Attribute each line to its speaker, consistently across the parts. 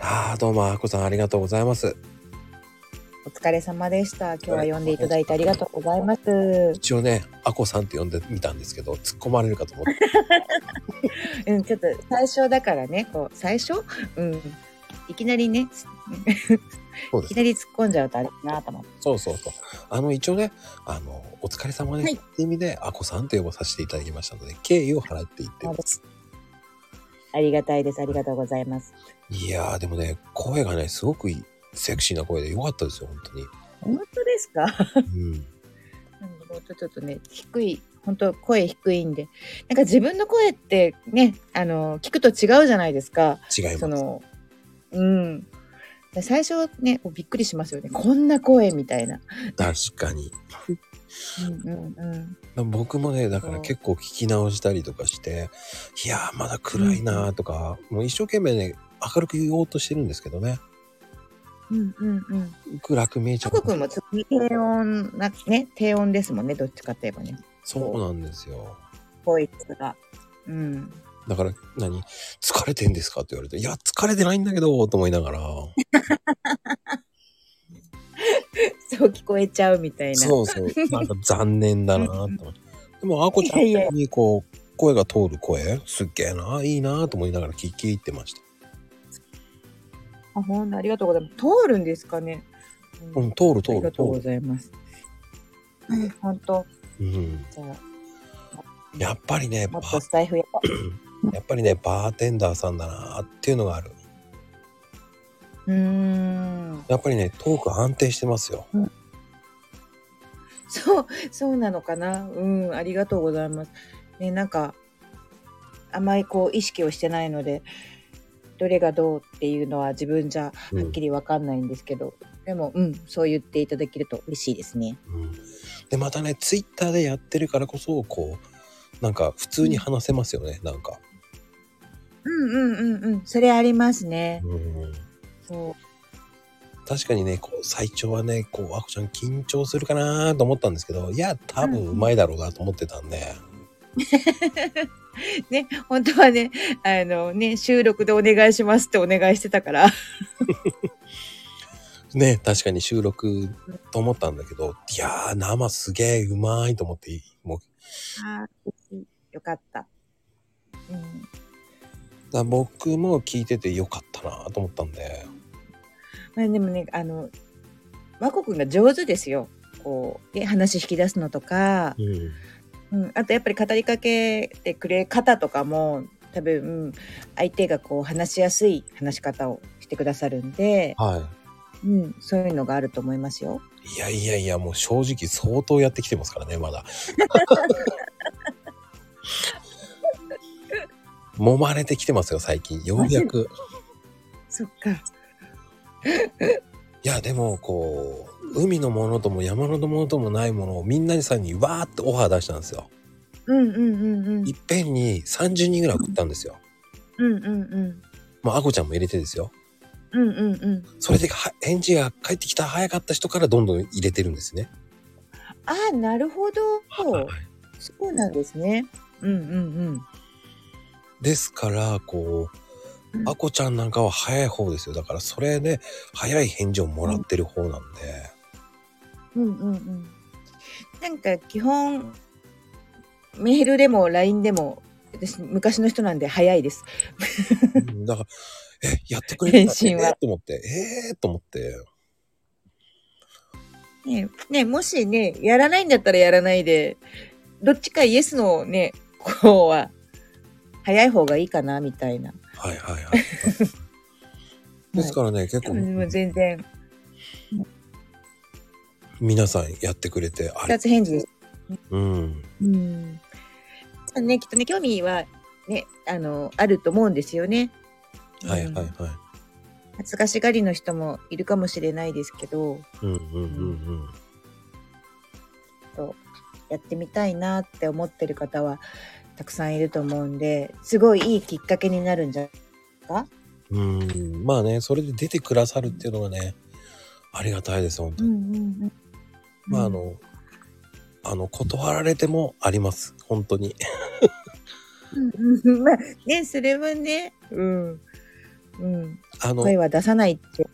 Speaker 1: あ、どうも、あこさんありがとうございます。
Speaker 2: お疲れ様でした。今日は読んでいただいてありがとうございます。
Speaker 1: 一応ね、あこさんって呼んでみたんですけど、突っ込まれるかと思って。
Speaker 2: うん、ちょっと最初だからね、こう、最初うん。いきなりね、つ
Speaker 1: そうで
Speaker 2: いき
Speaker 1: す。
Speaker 2: なり突っ込んじゃうとあれかなと思って。
Speaker 1: そうそうそう。あの、一応ね、あの、お疲れ様です、
Speaker 2: はい
Speaker 1: って意味で、あこさんって呼ばさせていただきましたので、敬意を払っていってます。
Speaker 2: ありがたいです。ありがとうございます。
Speaker 1: いやー、でもね、声がね、すごくいいセクシーな声でよかったですよ、本当に。
Speaker 2: 本当ですか
Speaker 1: うん。
Speaker 2: うんもうちょちょっとね低い本当声低いんでなんか自分の声ってねあの聞くと違うじゃないですか
Speaker 1: 違い
Speaker 2: そ
Speaker 1: ます。
Speaker 2: のうん最初ねこうびっくりしますよねこんな声みたいな、
Speaker 1: 確かに。
Speaker 2: うんうんうん、
Speaker 1: 僕もねだから結構聞き直したりとかしていやーまだ暗いなーとか、もう一生懸命ね明るく言おうとしてるんですけどね
Speaker 2: うんうんうん。
Speaker 1: 暗く見えち
Speaker 2: チ
Speaker 1: ゃ
Speaker 2: ョコ君
Speaker 1: う
Speaker 2: もちょっと低音なね低音ですもんねどっちかといえばね
Speaker 1: そうなんですよ
Speaker 2: 声質が。うん。
Speaker 1: だから何疲れてんですかって言われていや疲れてないんだけどと思いながら
Speaker 2: そう聞こえちゃうみたいな。
Speaker 1: そうそうなんか残念だなーと思ってでもあこちゃん
Speaker 2: いやいや
Speaker 1: にこう声が通る声すっげえなーいいなーと思いながら聞き入ってました
Speaker 2: あ、ほんとありがとうございます。通るんですかね。う
Speaker 1: うん通る通
Speaker 2: あり
Speaker 1: る
Speaker 2: が
Speaker 1: 通
Speaker 2: とうご
Speaker 1: る
Speaker 2: ざいます。うん、本当。
Speaker 1: うん
Speaker 2: じゃあ
Speaker 1: やっぱりね
Speaker 2: もっとスタイフやろ
Speaker 1: やっぱりねバーテンダーさんだなーっていうのがある
Speaker 2: う。うーん。
Speaker 1: やっぱりねトーク安定してますよ
Speaker 2: そう、そうなのかな。うん、ありがとうございます。ね、なんか、あまりこう意識をしてないので、どれがどうっていうのは自分じゃは
Speaker 1: うん
Speaker 2: っきりわかんないんですけど、でも、うん、そう言っていただけると嬉しいですね。
Speaker 1: うん、でまたねツイッターでやってるからこそこうなんか普通に話せますよねなんか、
Speaker 2: うんうんうんうん、それありますね。
Speaker 1: うん、
Speaker 2: そ
Speaker 1: 確かにねこう最初はねこうあこちゃん緊張するかなと思ったんですけどいや多分うまいだろうなと思ってたんで、
Speaker 2: う。ね、本当はね、あのね、収録でお願いしますってお願いしてたから。
Speaker 1: ね確かに収録と思ったんだけどいやー生すげえうまいと思ってもう
Speaker 2: あーよかった。うん。
Speaker 1: だから僕も聞いててよかったなと思ったんで
Speaker 2: まあ、でもねあの和子くんが上手ですよこうで話引き出すのとか、
Speaker 1: うん
Speaker 2: うん、あとやっぱり語りかけてくれ方とかも多分、うん相手がこう話しやすい話し方をしてくださるんで、
Speaker 1: はい
Speaker 2: うん、そういうのがあると思いますよ。
Speaker 1: いやいやいや、もう正直相当やってきてますからね、ま だ。揉まれてきてますよ、最近。ようやく。
Speaker 2: そっか
Speaker 1: いや、でも、こう、海のものとも山のものともないものをみんなにさんにわーってオファー出したんですよ。
Speaker 2: うんうんうんうん
Speaker 1: いっぺんに30人ぐらい送ったんですよ。
Speaker 2: うんうんうん
Speaker 1: もう、あこちゃんも入れてですよ。
Speaker 2: うんうんうん
Speaker 1: それでは返事が返ってきた早かった人からどんどん入れてるんですね。
Speaker 2: ああなるほどそうなんですね。うんうん
Speaker 1: ですから、こう
Speaker 2: う、ん
Speaker 1: あこちゃんなんかは早い方ですよ。だからそれで、早い返事をもらってる方なんで。
Speaker 2: うんうんうんうんなんか基本メールでも LINE でも私昔の人なんで早いです。
Speaker 1: うんだから、え、やってくれるんだって、
Speaker 2: 返信は
Speaker 1: と思って、えー、と思って。
Speaker 2: ねねもしねやらないんだったらやらないでどっちかイエスのねこうは早い方がいいかなみたいな。
Speaker 1: はいはい はい。ですからね、結
Speaker 2: 多
Speaker 1: 構、
Speaker 2: 分もう全然
Speaker 1: 皆さんやってくれて、あれ、
Speaker 2: 二つ返事です。
Speaker 1: うん。
Speaker 2: うん。ねきっとね興味はねあのあると思うんですよね。
Speaker 1: はいはいはい
Speaker 2: うん。恥ずかしがりの人もいるかもしれないですけど。
Speaker 1: うんうんうん
Speaker 2: やってみたいなって思ってる方はたくさんいると思うんですごいいいきっかけになるんじゃないですか、
Speaker 1: うん。うん。まあね、それで出てくださるっていうのがね、ありがたいです、本当に。
Speaker 2: んうん
Speaker 1: まああの、あの、断られてもあります、本当に。
Speaker 2: うんうんまあねそれはねうんうん、
Speaker 1: あの
Speaker 2: 声は出さないって、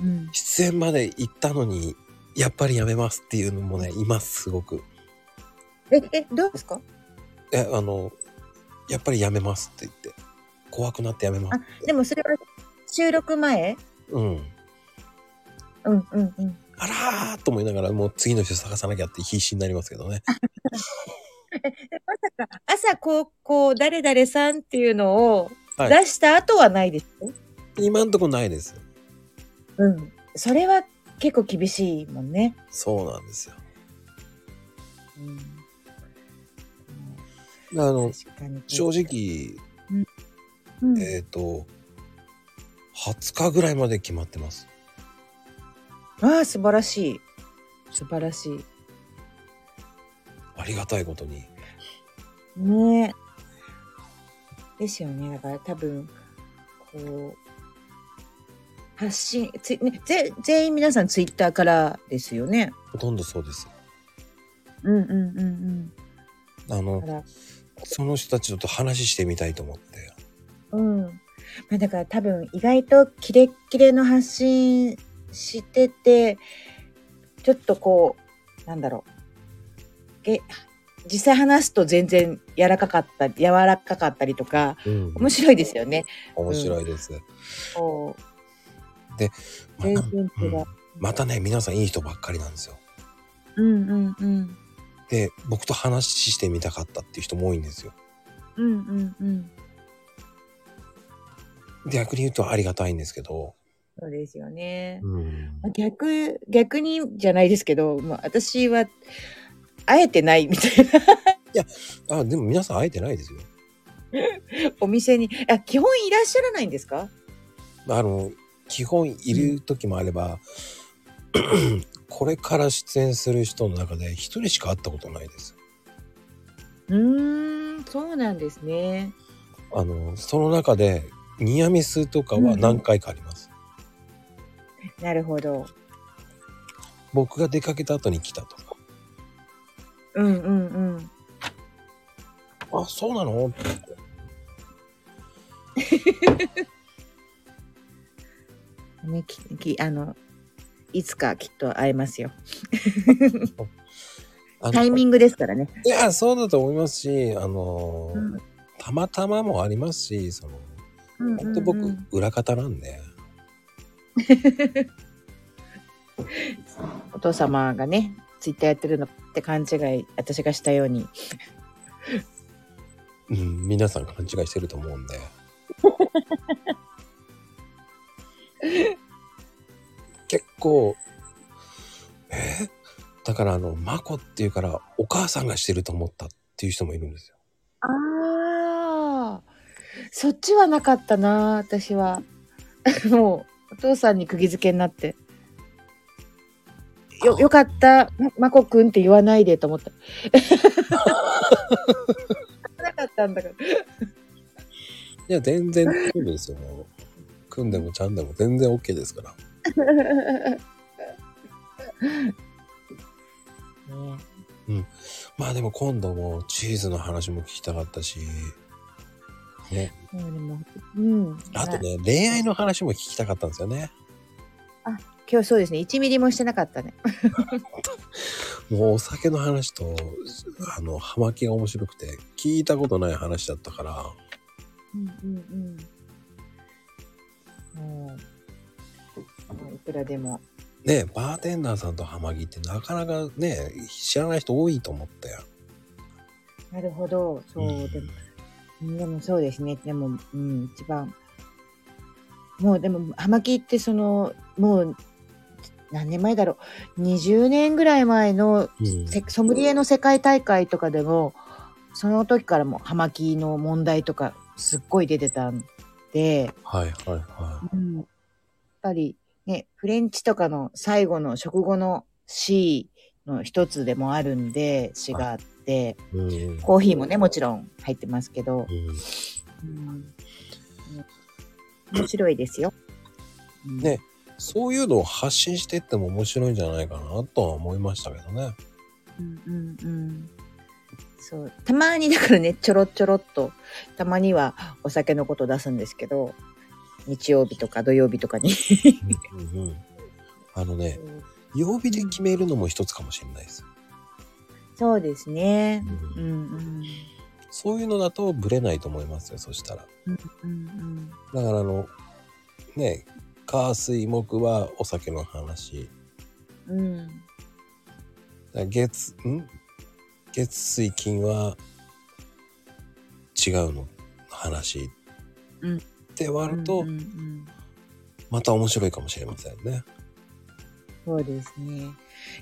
Speaker 2: うん、
Speaker 1: 出演まで行ったのにやっぱりやめますっていうのもねいますすごく
Speaker 2: ええどうですか
Speaker 1: えあのやっぱりやめますって言って怖くなってやめますって
Speaker 2: でもそれは収録前
Speaker 1: うん
Speaker 2: うんうんうん
Speaker 1: あらーと思いながらもう次の人探さなきゃって必死になりますけどね
Speaker 2: でまさか朝こうこう誰々さんっていうのを
Speaker 1: はい
Speaker 2: 出した後はないでしょ、
Speaker 1: 今んとこないです
Speaker 2: うんそれは結構厳しいもんね、
Speaker 1: そうなんですよ
Speaker 2: うん、
Speaker 1: あの
Speaker 2: 確かに
Speaker 1: 正直
Speaker 2: うん
Speaker 1: えっ、と20日ぐらいまで決まってます
Speaker 2: ああ素晴らしい素晴らし
Speaker 1: ありがたいことに
Speaker 2: いねえですよねだから多分こう発信つい、ね、ぜ全員皆さんツイッターからですよね
Speaker 1: ほとんどそうです
Speaker 2: うんうんうん
Speaker 1: あ
Speaker 2: う
Speaker 1: の
Speaker 2: んから
Speaker 1: その人たちと話してみたいと思って
Speaker 2: うんまあ、だから多分意外とキレッキレの発信しててちょっとこうなんだろうげ実際話すと全然柔らかかった柔らかかったりとか
Speaker 1: うん
Speaker 2: 面白いですよね。
Speaker 1: 面白いです、
Speaker 2: こう
Speaker 1: ま
Speaker 2: 全
Speaker 1: た
Speaker 2: 然違う。
Speaker 1: またね皆さんいい人ばっかりなんですよ
Speaker 2: うんうんうん
Speaker 1: で僕と話してみたかったっていう人も多いんですよ
Speaker 2: うんうんうん
Speaker 1: で逆に言うとありがたいんですけど、
Speaker 2: そうですよね。
Speaker 1: うん
Speaker 2: まあ逆逆にじゃないですけど、まあ、私は会えてないみたいな。
Speaker 1: あでも皆さん会えてないですよ
Speaker 2: お店にあ基本いらっしゃらないんですか
Speaker 1: あの基本いる時もあれば、これから出演する人の中で一人しか会ったことないです
Speaker 2: うーんそうなんですね
Speaker 1: あのその中でニアミスとかは何回かあります、
Speaker 2: なるほど
Speaker 1: 僕が出かけた後に来たとか
Speaker 2: うんうんうん
Speaker 1: あそうなの
Speaker 2: ね、ききあのいつかきっと会えますよ
Speaker 1: あの
Speaker 2: タイミングですからね、
Speaker 1: いやそうだと思いますしあの、
Speaker 2: うん
Speaker 1: たまたまもありますしその
Speaker 2: うん
Speaker 1: 本当僕、
Speaker 2: うんうん
Speaker 1: 裏方なんで
Speaker 2: お父様がねツイッターやってるのって勘違い私がしたように
Speaker 1: うん、皆さん勘違いしてると思うん で。結構、えーだからあの、マコっていうからお母さんがしてると思ったっていう人もいるんですよ。
Speaker 2: ああそっちはなかったな私 はもうお父さんに釘付けになってよよかったままこくんって言わないでと思 ったなかったんだから
Speaker 1: いや、全然大丈夫ですよ。もう組んでもちゃんでも全然 OK ですから。
Speaker 2: ね
Speaker 1: まあでも今度もチーズの話も聞きたかったし、ね、
Speaker 2: もうでもうん、
Speaker 1: あと
Speaker 2: ま
Speaker 1: ね、恋愛の話も聞きたかったんですよね。
Speaker 2: 今日そうですね1ミリもしてなかったね
Speaker 1: もうお酒の話とあの葉巻が面白くて聞いたことない話だったから
Speaker 2: うんうんうんもうもういくらでも
Speaker 1: ねバーテンダーさんと葉巻ってなかなかね知らない人多いと思ったよ。
Speaker 2: なるほどそう、
Speaker 1: うん
Speaker 2: でもでもそうですねでもうん一番もうでも葉巻ってそのもう何年前だろう20年ぐらい前の
Speaker 1: うん
Speaker 2: せソムリエの世界大会とかでもその時からもう葉巻の問題とかすっごい出てたんで、
Speaker 1: はいはいは
Speaker 2: やっぱりねフレンチとかの最後の食後の C の一つでもあるんで詩があって
Speaker 1: い。うんうん
Speaker 2: コーヒーもねもちろん入ってますけど、うん面白いですよ。うん
Speaker 1: ねそういうのを発信していっても面白いんじゃないかなとは思いましたけどね。
Speaker 2: うんうんうんそうたまにだからねちょろちょろっとたまにはお酒のこと出すんですけど日曜日とか土曜日とかに。
Speaker 1: うんうんあのね、曜日で決めるのも一つかもしれないです。
Speaker 2: そうですね。
Speaker 1: う
Speaker 2: うんん
Speaker 1: そういうのだとブレないと思いますよ、そしたら。
Speaker 2: うん。うんうん
Speaker 1: だからあの、ね、火水木はお酒の話。
Speaker 2: うん。うん。
Speaker 1: 月、ん月水金は違うの話。
Speaker 2: うん
Speaker 1: って割ると
Speaker 2: うんう、んうん
Speaker 1: また面白いかもしれませんね。
Speaker 2: そうですね。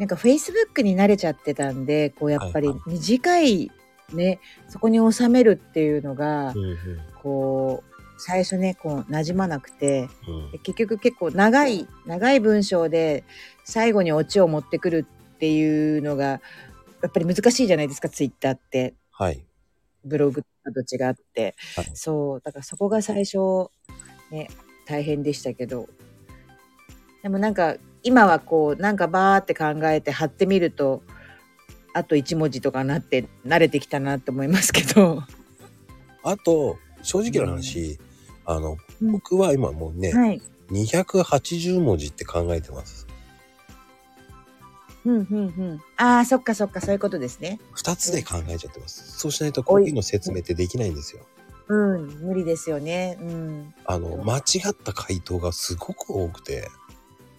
Speaker 2: なんか Facebook に慣れちゃってたんで、こうやっぱり
Speaker 1: はいは
Speaker 2: 短いね、そこに収めるっていうのが、
Speaker 1: うん
Speaker 2: こう、最初ね、こう、馴染まなくて、
Speaker 1: うんうん
Speaker 2: で結局結構長い、長い文章で最後にオチを持ってくるっていうのが、やっぱり難しいじゃないですか、Twitter って。
Speaker 1: はい。
Speaker 2: ブログと違って、
Speaker 1: はい
Speaker 2: そうだからそこが最初ね大変でしたけどでもなんか今はこうなんかバーって考えて貼ってみるとあと1文字とかなって慣れてきたなって思いますけど
Speaker 1: あと、正直な話、あの、
Speaker 2: うん
Speaker 1: 僕は今もうね、
Speaker 2: はい
Speaker 1: 280文字って考えてます。
Speaker 2: うんうんうんあーそっかそっかそういうことですね
Speaker 1: 2つで考えちゃってます。そうしないとコーヒーの説明ってできないんですよ。
Speaker 2: うん無理ですよね、うん、
Speaker 1: あの、間違った回答がすごく多くて、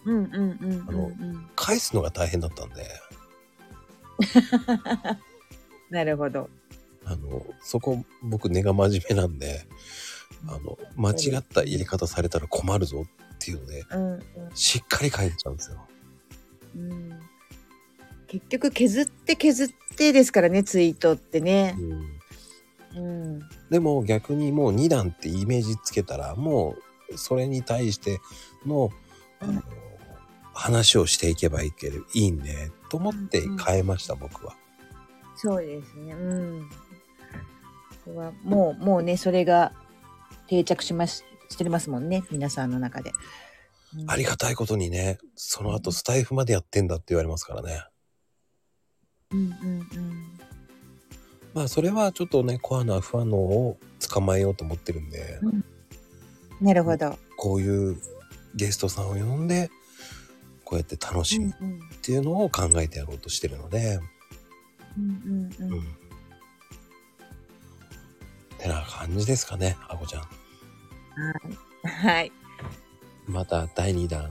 Speaker 2: うんうんうんうん
Speaker 1: あ
Speaker 2: うん
Speaker 1: の返すのが大変だったんで、
Speaker 2: なるほど
Speaker 1: あの、そこ僕根が真面目なんで、あの、間違った入れ方されたら困るぞっていうので、
Speaker 2: うんうん
Speaker 1: しっかり書いちゃうんですよ。
Speaker 2: うん結局削って削ってですからねツイートってね
Speaker 1: う。ん
Speaker 2: うん
Speaker 1: でも逆にもう2段ってイメージつけたらもうそれに対してのあの、
Speaker 2: うん
Speaker 1: 話をしていけばいけるいいねと思って変えました、僕は。
Speaker 2: そうですね。うん。これはもうもうねそれが定着しますしてますもんね皆さんの中で。うん
Speaker 1: ありがたいことにねその後スタイフまでやってんだって言われますからね。
Speaker 2: うんうんうん。
Speaker 1: まあそれはちょっとねコアな不安のを捕まえようと思ってるんで、
Speaker 2: うんなるほど。
Speaker 1: こういうゲストさんを呼んでこうやって楽し
Speaker 2: うんう
Speaker 1: むっ
Speaker 2: ん
Speaker 1: ていうのを考えてやろうとしてるので。
Speaker 2: うんうんう。
Speaker 1: うんんてな感じですかね、あこちゃん。
Speaker 2: はい
Speaker 1: また第2弾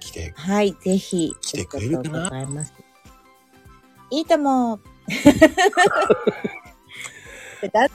Speaker 1: 来て、
Speaker 2: はいぜひ
Speaker 1: 来てくれるかな
Speaker 2: ありがとうございますいいとも。だ